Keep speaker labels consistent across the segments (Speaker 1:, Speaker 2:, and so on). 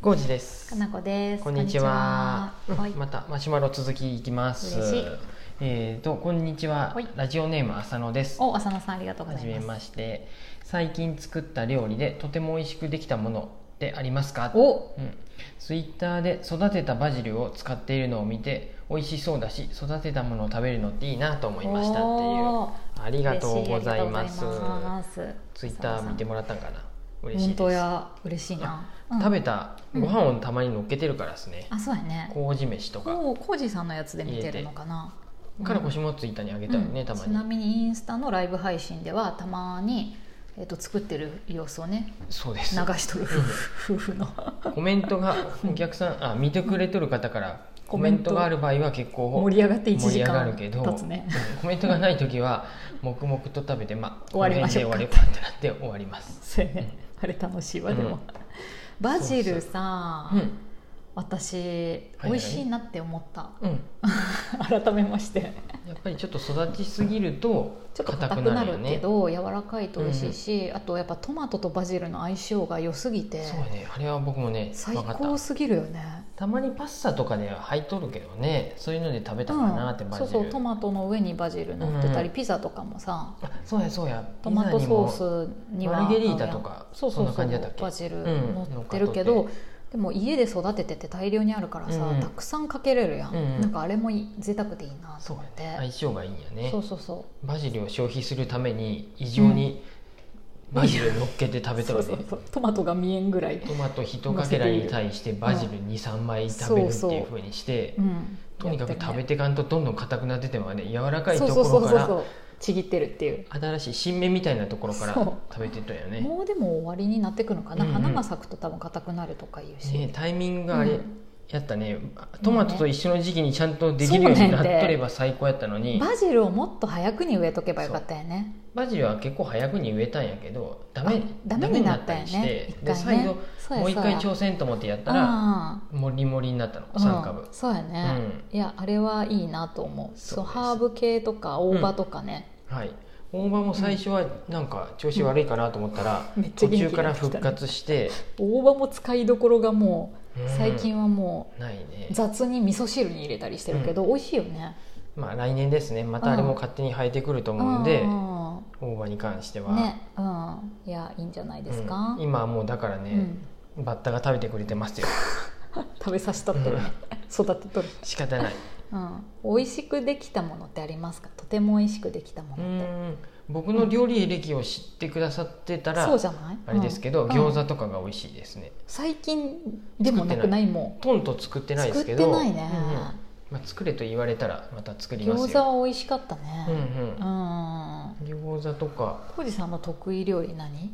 Speaker 1: ゴージです
Speaker 2: か。なこです。
Speaker 1: こんにちは。
Speaker 2: こんにちは
Speaker 1: うんまたマシュマロ続きいきます。
Speaker 2: 嬉しい
Speaker 1: えっ、とこんにちは
Speaker 2: はい。
Speaker 1: ラジオネーム浅野です。は
Speaker 2: お、浅野さんありがとうござい
Speaker 1: じ
Speaker 2: ま
Speaker 1: め
Speaker 2: す。
Speaker 1: まして。最近作った料理でとても美味しくできたものってありますか？
Speaker 2: お、
Speaker 1: うん。ツイッターで育てたバジルを使っているのを見て美味しそうだし育てたものを食べるのっていいなと思いましたっていう。
Speaker 2: おー
Speaker 1: ありがとうございます。
Speaker 2: 嬉しありがとうございます
Speaker 1: ツイッター見てもらったんかな。嬉しいです。
Speaker 2: 本当や、嬉しいな。うん
Speaker 1: 食べたご飯をたまに乗っけてるからですね、
Speaker 2: あ、そうやね。
Speaker 1: 麹飯とか
Speaker 2: こう、こうじさんのやつで見てるのかな。
Speaker 1: からこしもツイッターにあげたよね、
Speaker 2: うん
Speaker 1: たま
Speaker 2: ちな
Speaker 1: に
Speaker 2: みにインスタのライブ配信ではたまに、えっと作ってる様子をね
Speaker 1: そうで
Speaker 2: 流
Speaker 1: す
Speaker 2: しとる夫婦の
Speaker 1: コメントがお客さんあ見てくれとる方からコメントがある場合は結構
Speaker 2: 盛り上がって1
Speaker 1: 盛
Speaker 2: 時
Speaker 1: り上が
Speaker 2: 間
Speaker 1: るけど
Speaker 2: 経つね。
Speaker 1: うんコメントがない時は黙々と食べてまあ
Speaker 2: 終わりましょう
Speaker 1: こ
Speaker 2: か
Speaker 1: の辺で終わりかってなって終わります
Speaker 2: そうやねあれ楽しいわでも、
Speaker 1: うん
Speaker 2: バジルさ、
Speaker 1: うん
Speaker 2: 私
Speaker 1: はい
Speaker 2: 美味しいなって思った、
Speaker 1: うん
Speaker 2: 改めまして
Speaker 1: やっぱりちょっと育ちすぎると
Speaker 2: ちょっと硬くなるけ
Speaker 1: よね
Speaker 2: ど、柔らかいと美味しいし、あとやっぱトマトとバジルの相性が良すぎて
Speaker 1: そうねあれは僕もね
Speaker 2: 最
Speaker 1: 分かった
Speaker 2: 高すぎるよね
Speaker 1: たまにパスタとかでは入っとるけどねそういうので食べたかなって
Speaker 2: うん
Speaker 1: バジ
Speaker 2: そ
Speaker 1: ル、
Speaker 2: うそうトマトの上にバジル乗ってたり、
Speaker 1: うん
Speaker 2: ピザとかもさ
Speaker 1: あそうやそうや
Speaker 2: トマトソ
Speaker 1: ピザにも
Speaker 2: ースには
Speaker 1: マルゲリータとか
Speaker 2: 合うやんそうそ
Speaker 1: そん
Speaker 2: う
Speaker 1: な
Speaker 2: そう
Speaker 1: 感じだったっけ
Speaker 2: バジル
Speaker 1: うん
Speaker 2: 乗ってるけど、
Speaker 1: 乗っ
Speaker 2: でも家で育ててて大量にあるからさ、
Speaker 1: うんうん
Speaker 2: たくさんかけれるや
Speaker 1: う
Speaker 2: ん、
Speaker 1: んうん
Speaker 2: なんかあれもい贅沢でいいなと
Speaker 1: そう
Speaker 2: 思って
Speaker 1: やね相性がいいんやね
Speaker 2: そうそうそう
Speaker 1: バジルを消費するために異常にバジル乗っけて食べてるね、
Speaker 2: そうそうそうトマトが見えんぐらい、
Speaker 1: トマト1かけらに対してバジル23枚食べるっていうふうにして、
Speaker 2: うん、
Speaker 1: とにかく食べ
Speaker 2: て
Speaker 1: てかんとどんどん硬くなっててもね柔らか
Speaker 2: る
Speaker 1: い
Speaker 2: ね
Speaker 1: とこ
Speaker 2: そうそう
Speaker 1: ろ
Speaker 2: そう
Speaker 1: か
Speaker 2: そ
Speaker 1: ら
Speaker 2: うちぎってるっていう
Speaker 1: 新しい新芽みたいなところから
Speaker 2: そう
Speaker 1: 食べてったよね
Speaker 2: もうでも終わりになってくのかな、
Speaker 1: うんうん
Speaker 2: 花が咲くと多分硬くなるとかいうし、
Speaker 1: ね、タイミングがあれ、
Speaker 2: うん
Speaker 1: やったねトマトと一緒の時期にちゃんとできるようになっとれば最高やったのに、
Speaker 2: バジルをもっと早くに植えとけばよかったよね
Speaker 1: バジルは結構早くに植えたんやけどダメ
Speaker 2: あダメになったよ
Speaker 1: ダメになった
Speaker 2: ね
Speaker 1: りし
Speaker 2: 一
Speaker 1: てで
Speaker 2: 回ね
Speaker 1: 再度
Speaker 2: そうや
Speaker 1: もう一回
Speaker 2: そうや
Speaker 1: 挑戦と思ってやったら
Speaker 2: あ
Speaker 1: モリモリになったの
Speaker 2: あ
Speaker 1: 3株
Speaker 2: うん、そうやね、いやあれはいいなと思う
Speaker 1: そうです
Speaker 2: そうハーブ系とか大葉とかね、
Speaker 1: はい大葉も最初はなんか調子悪いかなと思ったら、
Speaker 2: うんめっちゃ
Speaker 1: 途
Speaker 2: 元気
Speaker 1: 中から復活して、
Speaker 2: 大葉も使いどころがもう、
Speaker 1: うん
Speaker 2: 最近はも
Speaker 1: ないね
Speaker 2: う雑に味噌汁に入れたりしてるけど、美味しいよね
Speaker 1: まあ来年ですねまたあれも勝手に生えてくると思うんで、大葉に関して
Speaker 2: うん
Speaker 1: は、
Speaker 2: ねうんいやいいんじゃないですか、
Speaker 1: うん今はもうだからね、バッタが食べてくれて ますよ
Speaker 2: うん食べさせたってるね 育てとる、
Speaker 1: 仕方ない
Speaker 2: うん、美味しくできたものってありますかとても美味しくできたも
Speaker 1: う
Speaker 2: のって
Speaker 1: ん僕の料理歴を知ってくださってたら
Speaker 2: そうじゃない
Speaker 1: あれですけ
Speaker 2: う
Speaker 1: ど
Speaker 2: ん
Speaker 1: 餃子とかが美味しいですね
Speaker 2: 最近でもなくないも
Speaker 1: トンと作って
Speaker 2: う
Speaker 1: ないですけ
Speaker 2: 作
Speaker 1: ど
Speaker 2: ってないね、
Speaker 1: うんうんまあ作れと言われたらまた作ります
Speaker 2: 餃子
Speaker 1: よ
Speaker 2: は美味しかった
Speaker 1: うん
Speaker 2: ねうん
Speaker 1: うん餃子とか
Speaker 2: 浩司さんの得意料理何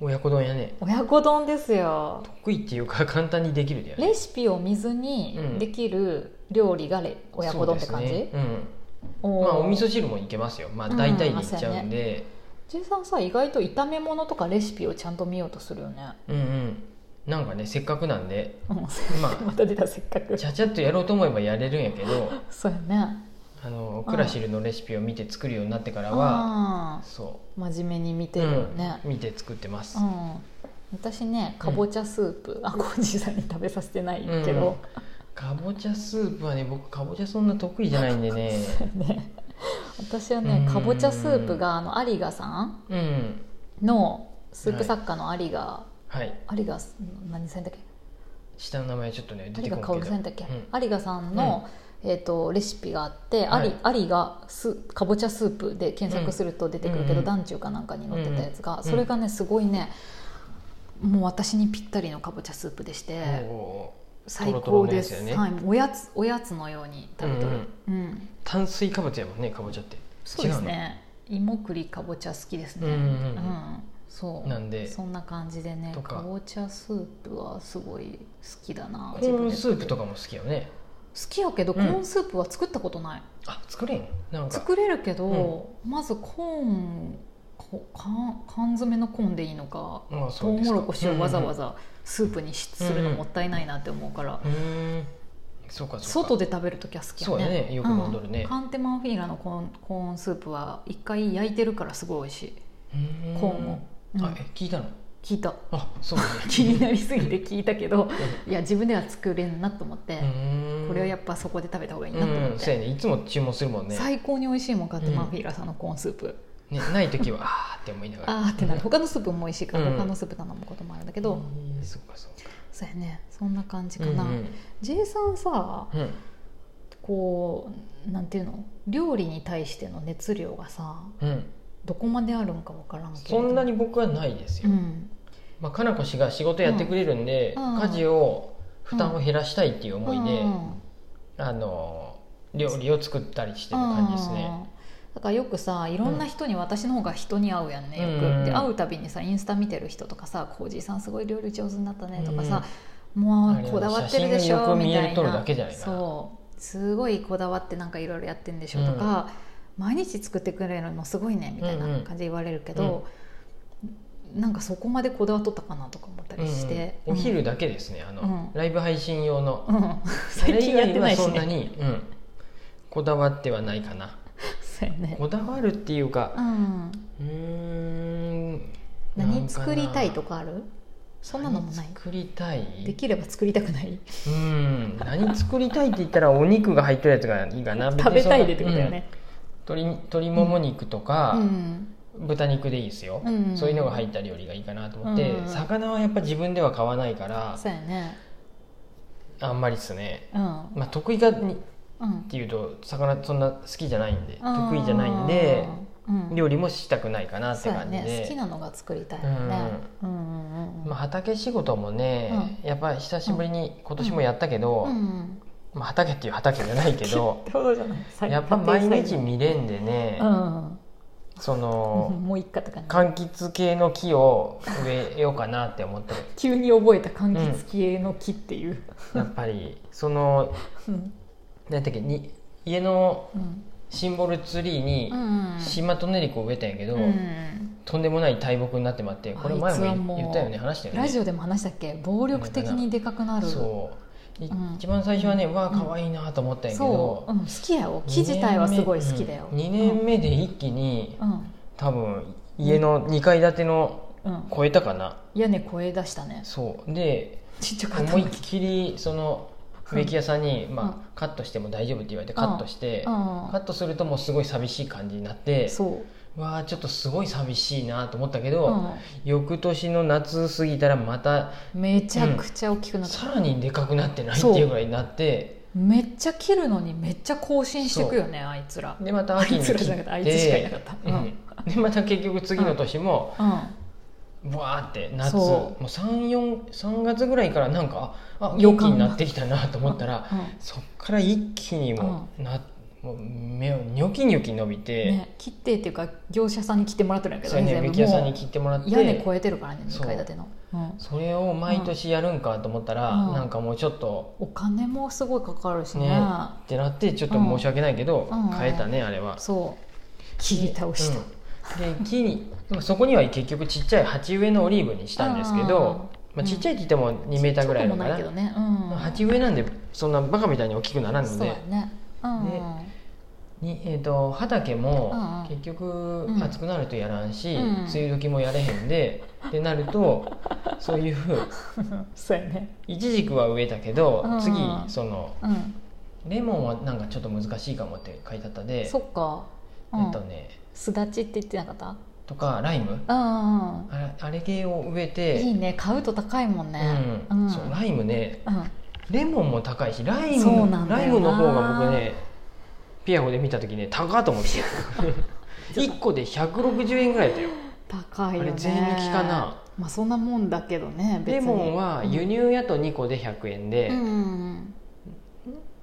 Speaker 1: 親子丼やね
Speaker 2: 親子丼ですよ
Speaker 1: 得意っていうか簡単にできるじゃない
Speaker 2: レシピを見ずに
Speaker 1: うん
Speaker 2: できる料理がレ親子丼って感じ、
Speaker 1: そうですねうん
Speaker 2: お
Speaker 1: ま
Speaker 2: ー
Speaker 1: あお味噌汁もいけますよまあ
Speaker 2: うん
Speaker 1: 大体でいっちゃうんで
Speaker 2: ジェイさんさ意外と炒め物とかレシピをちゃんと見ようとするよね、
Speaker 1: うんうんなんかねせっかくなんで
Speaker 2: うん、
Speaker 1: ま
Speaker 2: ま
Speaker 1: あ
Speaker 2: た出たせっかく
Speaker 1: ちゃちゃっとやろうと思えばやれるんやけ ど
Speaker 2: そうやね
Speaker 1: あのクラシルのレシピを見て作るようになってからは
Speaker 2: あ
Speaker 1: そ
Speaker 2: ー真面目に見
Speaker 1: う、
Speaker 2: てるよね
Speaker 1: うん見て作ってます、
Speaker 2: うん、私ねかぼちゃスープ、あコージさんに食べさせてないけど、
Speaker 1: かぼちゃスープはね僕かぼちゃそんな得意じゃないんでね
Speaker 2: ね私は
Speaker 1: うん
Speaker 2: ねかぼちゃスープがあの有賀さん
Speaker 1: うん
Speaker 2: のスープ作家の有賀、
Speaker 1: はい
Speaker 2: 有賀何さんだっけ
Speaker 1: 下の名前ちょっとね出
Speaker 2: 有
Speaker 1: てこん
Speaker 2: 賀
Speaker 1: け
Speaker 2: 香
Speaker 1: ど
Speaker 2: 織さんだっけ、
Speaker 1: うん
Speaker 2: 有賀さんの、えー、とレシピがあって、
Speaker 1: は
Speaker 2: 有
Speaker 1: い
Speaker 2: 有賀スかぼちゃスープで検索すると出てくるけ
Speaker 1: うんう
Speaker 2: ど、
Speaker 1: ん
Speaker 2: 団中かなんかに載ってたやつが、
Speaker 1: うん
Speaker 2: それがねすごいねもう私にぴったりのかぼちゃスープでして、
Speaker 1: おうおうおう
Speaker 2: 最高です
Speaker 1: トロトロのやつよね
Speaker 2: はい、おやつおやつのように食べとる、うん
Speaker 1: 炭水化物やもんねかぼちゃって
Speaker 2: そうですね芋栗かぼちゃ好きですね、
Speaker 1: うんうんうん
Speaker 2: そう
Speaker 1: なんで
Speaker 2: そんな感じでね
Speaker 1: とか
Speaker 2: かぼちゃスープはすごい好きだな
Speaker 1: コーンスープと
Speaker 2: か
Speaker 1: かも好きよね
Speaker 2: 好きやけど、
Speaker 1: うん
Speaker 2: コーンスープは作ったことない
Speaker 1: あ作れんなんか
Speaker 2: 作れるけど、まずコーンこ缶缶詰のコーンでいいのか
Speaker 1: あ
Speaker 2: ト
Speaker 1: そううです
Speaker 2: も
Speaker 1: か
Speaker 2: ろこしをわざわ
Speaker 1: ざ
Speaker 2: ざスープにしするのもったいないなって思うから、
Speaker 1: うんうんうんそうかそうか
Speaker 2: 外で食べる時は好きや
Speaker 1: そ
Speaker 2: ね
Speaker 1: うやねよく飲んどるね
Speaker 2: うカンテマンフィーラのコーンコーンスープは一回焼いてるからすごい美味しい
Speaker 1: うん
Speaker 2: コーンを、うん
Speaker 1: あえ聞いたの
Speaker 2: 聞いた
Speaker 1: あそうだね
Speaker 2: 気になりすぎて 聞いたけどいや自分では作れんなと思って、これはや
Speaker 1: っ
Speaker 2: っぱそこで食べた方がいい
Speaker 1: ぱ
Speaker 2: なと思
Speaker 1: うんそ
Speaker 2: っ
Speaker 1: う
Speaker 2: て、
Speaker 1: やねいつも注文するもんね
Speaker 2: 最高に美味しいもん買って、
Speaker 1: うん
Speaker 2: マンフィーラさんのコーンスープ
Speaker 1: ねない時はあーって思いながら
Speaker 2: あーってなる他のスープも美味しいから、
Speaker 1: うん
Speaker 2: 他のスープ頼むこともあるんだけど、
Speaker 1: えーそうかそうか
Speaker 2: そうやねそんな感じか
Speaker 1: うん
Speaker 2: な、J さんさ
Speaker 1: うんうん
Speaker 2: こうなんていうの料理に対しての熱量がさ
Speaker 1: うん
Speaker 2: どこまであるんかわからんけれ
Speaker 1: そ
Speaker 2: ど
Speaker 1: んなに僕はないです
Speaker 2: う
Speaker 1: よ、
Speaker 2: ん
Speaker 1: まあ、かなこ氏が仕事やってくれるんで、
Speaker 2: うんうん
Speaker 1: 家事を負担を減らしたいっていう思いで、
Speaker 2: うん
Speaker 1: あの料理を作ったりしてる感じですね、
Speaker 2: うんだからよくさいろんな人に、私の方が人に会うやんねよく、
Speaker 1: うん
Speaker 2: で会うたびにさインスタ見てる人とかさ「こうじいさんすごい料理上手になったね」とかさ、も
Speaker 1: あれ
Speaker 2: うこだわってるでし
Speaker 1: 写真がよ
Speaker 2: ょ」
Speaker 1: く
Speaker 2: み
Speaker 1: 見え
Speaker 2: た
Speaker 1: る
Speaker 2: い
Speaker 1: とるだ
Speaker 2: な
Speaker 1: けじゃないかな
Speaker 2: そうすごいこだわってなんかいろいろやってんでしょ」とか、毎日作ってくれるのすごいね」みたいな感じで言われるけど、なんかそこまでこだわっとったかなとか思った
Speaker 1: うん
Speaker 2: りして、
Speaker 1: お昼だけですねあの、
Speaker 2: うん
Speaker 1: ライブ配信用の、
Speaker 2: うん、 うん、最近やってないし
Speaker 1: あれ以外はそんな
Speaker 2: ね
Speaker 1: に、うん、こだわってはないかな
Speaker 2: そうやね
Speaker 1: こだわるっていうか
Speaker 2: うん
Speaker 1: うーん
Speaker 2: 何作りたいと
Speaker 1: か
Speaker 2: かあるそんなのもない
Speaker 1: 何作りたい
Speaker 2: できれば作りたくない
Speaker 1: うん何作りたいって言ったらお肉が入ってるやつがいいかな
Speaker 2: 食べたいでってことだよ、ね
Speaker 1: 別にそのうん、鶏鶏もも肉とか
Speaker 2: う、ん
Speaker 1: 豚肉でいいですよ、
Speaker 2: うん
Speaker 1: そういうのが入った料理がいいかなと思って、
Speaker 2: うん
Speaker 1: 魚はやっぱ自分では買わないから
Speaker 2: そうやね
Speaker 1: あんまりですね、
Speaker 2: うん
Speaker 1: まあ、得意がにっ
Speaker 2: うん
Speaker 1: ていうと魚そんな好きじゃないんで得意じゃないんで
Speaker 2: うん
Speaker 1: 料理もしたくないかなって
Speaker 2: そうや
Speaker 1: 感じで、
Speaker 2: ね好きなのが作りたいよねうんうんうん
Speaker 1: まあ、畑仕事もね、やっぱ久しぶりに今年もやったけど、
Speaker 2: うん
Speaker 1: まあ、畑っていう畑じゃないけ ど
Speaker 2: ほどじゃない
Speaker 1: やっぱ毎日見れんでね、
Speaker 2: うん
Speaker 1: その
Speaker 2: もういっかって感じ
Speaker 1: 柑橘系の木を植えようかなって思ってる
Speaker 2: 急に覚えた柑橘系の木っていう
Speaker 1: やっぱりその
Speaker 2: うん
Speaker 1: 何だっけに家の
Speaker 2: うん
Speaker 1: シンボルツリーに
Speaker 2: うん
Speaker 1: 島とねりこを植えたんやけど、
Speaker 2: うん
Speaker 1: とんでもない大木になってまってこれ前
Speaker 2: あいつは
Speaker 1: も
Speaker 2: もう
Speaker 1: 言ったよね話したよね
Speaker 2: ラジオでも話したっけ暴力的にでかくなる
Speaker 1: そう、い
Speaker 2: うん
Speaker 1: 一番最初はね、わあ
Speaker 2: うん
Speaker 1: 可愛いなと思ったんやけ
Speaker 2: そう、
Speaker 1: ど
Speaker 2: うん、好きやよ木自体はすごい好きだよ
Speaker 1: 2年目で一気に
Speaker 2: うん、うん
Speaker 1: 多分家の2階建ての
Speaker 2: うん、
Speaker 1: 超えたかな
Speaker 2: 屋根声出したね
Speaker 1: そうで
Speaker 2: ちっちゃかった
Speaker 1: 思いっきりその植木屋さんに、ま
Speaker 2: う
Speaker 1: あ、カットしても大丈夫って言われてカットして、カットするともうすごい寂しい感じになっ
Speaker 2: う
Speaker 1: て
Speaker 2: ん、そう、
Speaker 1: わあちょっとすごい寂しいなと思ったけど、
Speaker 2: う
Speaker 1: 翌年の夏過ぎたらまた
Speaker 2: ん、めちゃくちゃ大きくなった、
Speaker 1: さらにでかくなってないっていうぐらいになって
Speaker 2: めっちゃ切るのにめっちゃ更新してくよねあいつら
Speaker 1: でまた
Speaker 2: あ
Speaker 1: 秋
Speaker 2: い
Speaker 1: に切
Speaker 2: つら
Speaker 1: っ
Speaker 2: じゃなくてあいつしかいなか
Speaker 1: て
Speaker 2: った、
Speaker 1: う
Speaker 2: うん
Speaker 1: んでまた結局次の年もブワーって夏も
Speaker 2: そう
Speaker 1: 34 3月ぐらいからなんかああ
Speaker 2: 予
Speaker 1: 元気
Speaker 2: 感
Speaker 1: になってきたなと思ったら
Speaker 2: うんうん
Speaker 1: そっから一気にもうなもう目をニョキニョキ伸びて
Speaker 2: ね、切ってっていうか業者さんに切ってもらってるんやけ
Speaker 1: そ
Speaker 2: ど
Speaker 1: れね
Speaker 2: 全
Speaker 1: 植
Speaker 2: 部
Speaker 1: 木屋さん
Speaker 2: も
Speaker 1: に
Speaker 2: う
Speaker 1: 切ってもらって
Speaker 2: 屋根超えてるからね
Speaker 1: そう
Speaker 2: 2階建ての、うん、
Speaker 1: それを毎年やるんかと思ったら
Speaker 2: うん
Speaker 1: なんかもうちょっと
Speaker 2: お金もすごいかかるしね
Speaker 1: ねってなってちょっと申し訳ないけど
Speaker 2: うん
Speaker 1: 変えたねあれは。
Speaker 2: そう切り倒した、
Speaker 1: うんで木にまあそこには結局ちっちゃい鉢植えのオリーブにしたんですけど、
Speaker 2: うん
Speaker 1: まあ、ちっちゃいって言っても2メーターぐらいあ
Speaker 2: ちょ
Speaker 1: る
Speaker 2: っ
Speaker 1: か
Speaker 2: ともないけど
Speaker 1: ら、
Speaker 2: ね、うん、
Speaker 1: 鉢植えなんでそんなバカみたいに大きくならんの
Speaker 2: そう
Speaker 1: で
Speaker 2: やねうん
Speaker 1: でに、えー、と畑
Speaker 2: うんう
Speaker 1: も
Speaker 2: ん
Speaker 1: 結局
Speaker 2: うん
Speaker 1: 暑くなるとやらんし、
Speaker 2: う
Speaker 1: 梅
Speaker 2: ん
Speaker 1: 雨時もやれへんでってなるとそういう
Speaker 2: そうやね
Speaker 1: いちじくは植えたけど
Speaker 2: うん
Speaker 1: 次その
Speaker 2: うん
Speaker 1: レモンはなんかちょっと難しいかもって書いてあったで、
Speaker 2: そっか、うん
Speaker 1: えっとね
Speaker 2: すだちって言ってなかった
Speaker 1: とかライム
Speaker 2: うんうん
Speaker 1: あれあれ系を植え
Speaker 2: うん
Speaker 1: て
Speaker 2: いいね買うと高いもんね
Speaker 1: う
Speaker 2: うんん
Speaker 1: そうライムね
Speaker 2: うん
Speaker 1: レモンも高いしライ
Speaker 2: そう
Speaker 1: ム
Speaker 2: なんだ
Speaker 1: ライ
Speaker 2: よな
Speaker 1: ムの方が僕ねピアホで見た時ね高っと思っ て1個で160円ぐらいだよ
Speaker 2: 高いよね
Speaker 1: あれ税抜きかな
Speaker 2: まあそんなもんだけどね別
Speaker 1: レ
Speaker 2: に
Speaker 1: モンは輸入やと2個で100円で、
Speaker 2: うんうん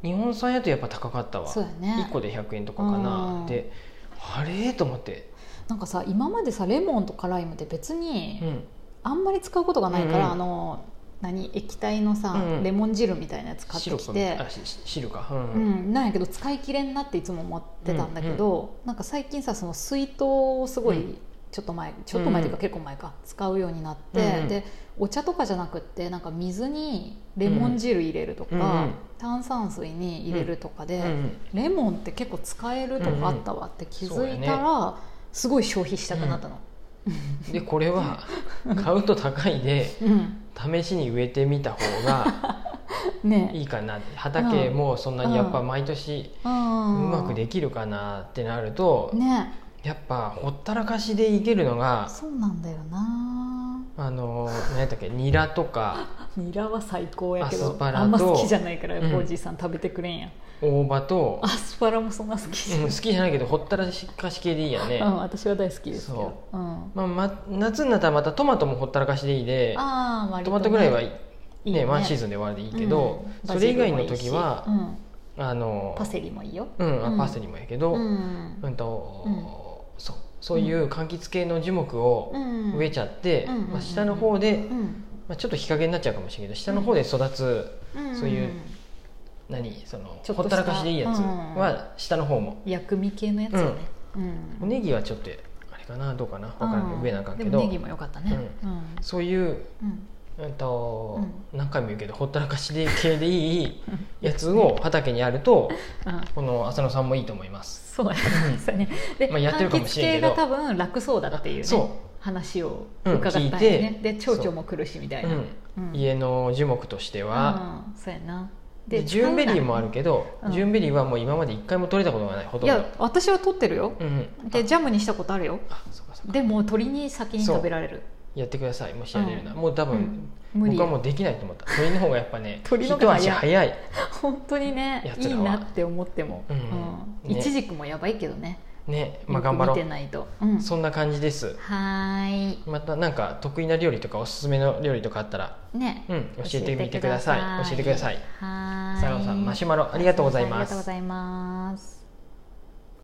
Speaker 1: 日本産やとやっぱ高かった
Speaker 2: うん
Speaker 1: わ、
Speaker 2: そうやね
Speaker 1: 1個で100円とかかな
Speaker 2: うん
Speaker 1: であれと思って、
Speaker 2: なんかさ今までさレモンとかライムって別に
Speaker 1: うん
Speaker 2: あんまり使うことがないから、
Speaker 1: うんうん
Speaker 2: あの何液体のさ、
Speaker 1: うんうん
Speaker 2: レモン汁みたいなやつ買ってきて
Speaker 1: シロップあしし汁かうん、
Speaker 2: う、ん、なんやけど使い切れんなっていつも思ってたんだけど、なんか最近さその水筒をすご
Speaker 1: う
Speaker 2: い
Speaker 1: ん
Speaker 2: ちょっと前、ちょっと前という
Speaker 1: う
Speaker 2: か
Speaker 1: ん
Speaker 2: 結構前か使うようになって、
Speaker 1: うんうん
Speaker 2: でお茶とかじゃなくってなんか水にレモン汁入れるとか、
Speaker 1: うんうん
Speaker 2: 炭酸水に入れるとかで、
Speaker 1: うん
Speaker 2: レモンって結構使えるとかあったわって気づいた
Speaker 1: うんうん
Speaker 2: ら、すごい消費したくなったの、
Speaker 1: でこれは買うと高いで
Speaker 2: うん
Speaker 1: 試しに植えてみた方が
Speaker 2: ね
Speaker 1: いいかなって畑もそんなにやっぱ毎年
Speaker 2: う
Speaker 1: うんまくできるかなってなると
Speaker 2: ね
Speaker 1: やっぱほったらかしでいけるのが
Speaker 2: そうなんだよな
Speaker 1: あの何やったっけニラとか
Speaker 2: ニラは最高やけ
Speaker 1: ア
Speaker 2: ど
Speaker 1: スパラと
Speaker 2: あんま好きじゃないからやっぱ
Speaker 1: うん
Speaker 2: おじいさん食べてくれんや、
Speaker 1: 大葉と
Speaker 2: アスパラもそんな好きじゃ
Speaker 1: うん
Speaker 2: な
Speaker 1: 好きじゃないけどほったらかし系でいいやね
Speaker 2: い、う、ん、私は大好きですけど、
Speaker 1: そう
Speaker 2: ん、
Speaker 1: まあま、夏になったらまたトマトもほったらかしでいいで
Speaker 2: あー割
Speaker 1: ト
Speaker 2: と
Speaker 1: マ
Speaker 2: ね
Speaker 1: トぐらいはいい
Speaker 2: いい
Speaker 1: ね
Speaker 2: ね
Speaker 1: ワンシーズンで終わりでいいけど、
Speaker 2: うん
Speaker 1: それ以外の時は
Speaker 2: バジルもいいし
Speaker 1: あの
Speaker 2: うんパセリもいいよ
Speaker 1: うんあ
Speaker 2: うん
Speaker 1: パセリもやけど、
Speaker 2: う
Speaker 1: うん
Speaker 2: ん
Speaker 1: と
Speaker 2: うん
Speaker 1: そうそういう柑橘系の樹木を
Speaker 2: うん
Speaker 1: 植えちゃって、
Speaker 2: うんうんうん
Speaker 1: まあ、下の方で、
Speaker 2: うん
Speaker 1: まあ、ちょっと日陰になっちゃうかもしれないけど下の方で育つ、
Speaker 2: うん
Speaker 1: そういう何その
Speaker 2: ちょっ
Speaker 1: ほ
Speaker 2: とした
Speaker 1: ったらかしでいいやつ
Speaker 2: うん
Speaker 1: は下の方も、
Speaker 2: 薬味系のやつよね、うん
Speaker 1: おネギはちょっとあれかなどうかな分からない上なんかんけ
Speaker 2: で
Speaker 1: ど
Speaker 2: もネギも良かったねうん
Speaker 1: そういう
Speaker 2: うん
Speaker 1: うんと
Speaker 2: う
Speaker 1: 何回も言うけどほったらかしで系でいいやつを畑にあると
Speaker 2: うん
Speaker 1: この浅野さんもいいと思います。
Speaker 2: そうや
Speaker 1: うん
Speaker 2: そうやねで、
Speaker 1: まあやってるかもしれんけど
Speaker 2: 柑橘系が多分楽そうだっていう,、ね、
Speaker 1: そ
Speaker 2: 話を伺ったんやね、で蝶々も来るしみた
Speaker 1: う、
Speaker 2: いうな、
Speaker 1: ん、
Speaker 2: うん
Speaker 1: 家の樹木としては、
Speaker 2: うんそうやな
Speaker 1: でジューンベリーもあるけど、
Speaker 2: うん
Speaker 1: ジューンベリーはもう今まで一回も取れたことがないほと
Speaker 2: い
Speaker 1: んど
Speaker 2: や私は取ってるよ
Speaker 1: うんうん
Speaker 2: でジャムにしたことあるよ
Speaker 1: あそうかそうか
Speaker 2: でも鳥に先に食べられる
Speaker 1: やってくださいもしやれるな、
Speaker 2: うん
Speaker 1: もう多分、
Speaker 2: うん無理
Speaker 1: 僕はもうできないと思った鳥の方がやっぱね
Speaker 2: 鳥の方
Speaker 1: 一
Speaker 2: が早
Speaker 1: 足
Speaker 2: い
Speaker 1: 早い、
Speaker 2: 本当にね
Speaker 1: やつ
Speaker 2: い
Speaker 1: ら
Speaker 2: い
Speaker 1: は
Speaker 2: なって思っても、
Speaker 1: うん
Speaker 2: うん
Speaker 1: ね
Speaker 2: いちじくもやばいけどね
Speaker 1: ねま
Speaker 2: よ
Speaker 1: あ、
Speaker 2: く
Speaker 1: 頑張ろ
Speaker 2: 見て
Speaker 1: う
Speaker 2: ないと、うん
Speaker 1: そんな感じです
Speaker 2: はーい
Speaker 1: またなんか得意な料理とかおすすめの料理とかあったら、
Speaker 2: ね
Speaker 1: うん、教えてみてください教えてください
Speaker 2: はーい
Speaker 1: 佐野さんマシュマロありがとうございます
Speaker 2: ありがとうございます